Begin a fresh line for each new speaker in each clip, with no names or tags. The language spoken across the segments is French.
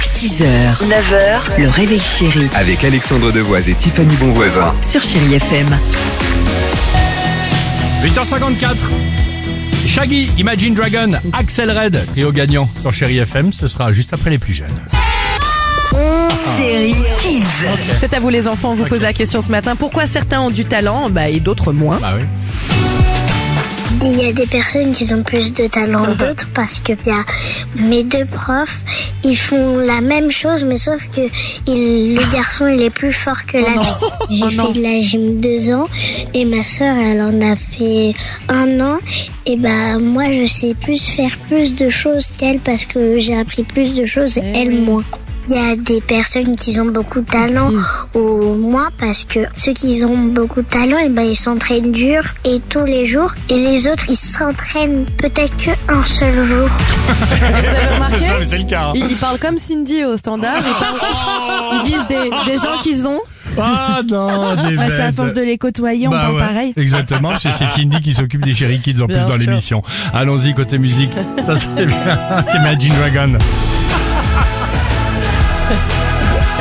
6h, 9h, le réveil chéri
Avec Alexandre Devoise et Tiffany Bonvoisin.
sur Chérie FM.
8h54. Shaggy, Imagine Dragon, Axel Red, trio gagnant sur Chéri FM, ce sera juste après les plus jeunes.
Chérie Kids.
C'est à vous les enfants, on vous pose la question ce matin. Pourquoi certains ont du talent bah, et d'autres moins
Bah oui.
Il y a des personnes qui ont plus de talent que d'autres parce que il y a mes deux profs, ils font la même chose mais sauf que il- le garçon il est plus fort que la fille. J'ai fait de la gym deux ans et ma sœur elle en a fait un an et ben moi je sais plus faire plus de choses qu'elle parce que j'ai appris plus de choses et elle moins. Il y a des personnes qui ont beaucoup de talent au moins parce que ceux qui ont beaucoup de talent, eh ben, ils s'entraînent dur et tous les jours. Et les autres, ils s'entraînent peut-être qu'un seul jour.
Vous avez remarqué
mais c'est le cas. hein.
ils, ils parlent comme Cindy au standard. Ils, parlent- ils disent des, des gens qu'ils ont.
Ah non, des
Ouais, c'est à
bêtes.
force de les côtoyer, on
Bah
parle
ouais,
pareil.
Exactement, parce que c'est Cindy qui s'occupe des Chéri Kids en
Bien
plus dans
sûr.
l'émission. Allons-y côté musique. Ça c'est bien. C'est Imagine Dragon.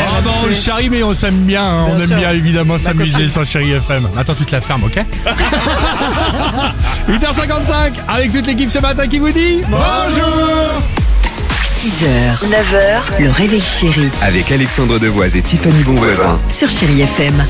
Ah bah on le charrie mais on s'aime bien, hein. on
Bien
aime
sûr.
bien évidemment s'amuser sur Chéri FM. Attends, tu te la fermes, ok 8h55 avec toute l'équipe ce matin qui vous dit bonjour.
6h, 9h, le réveil chéri
Avec Alexandre Devoise et Tiffany Bonvoisin.
sur Chérie FM.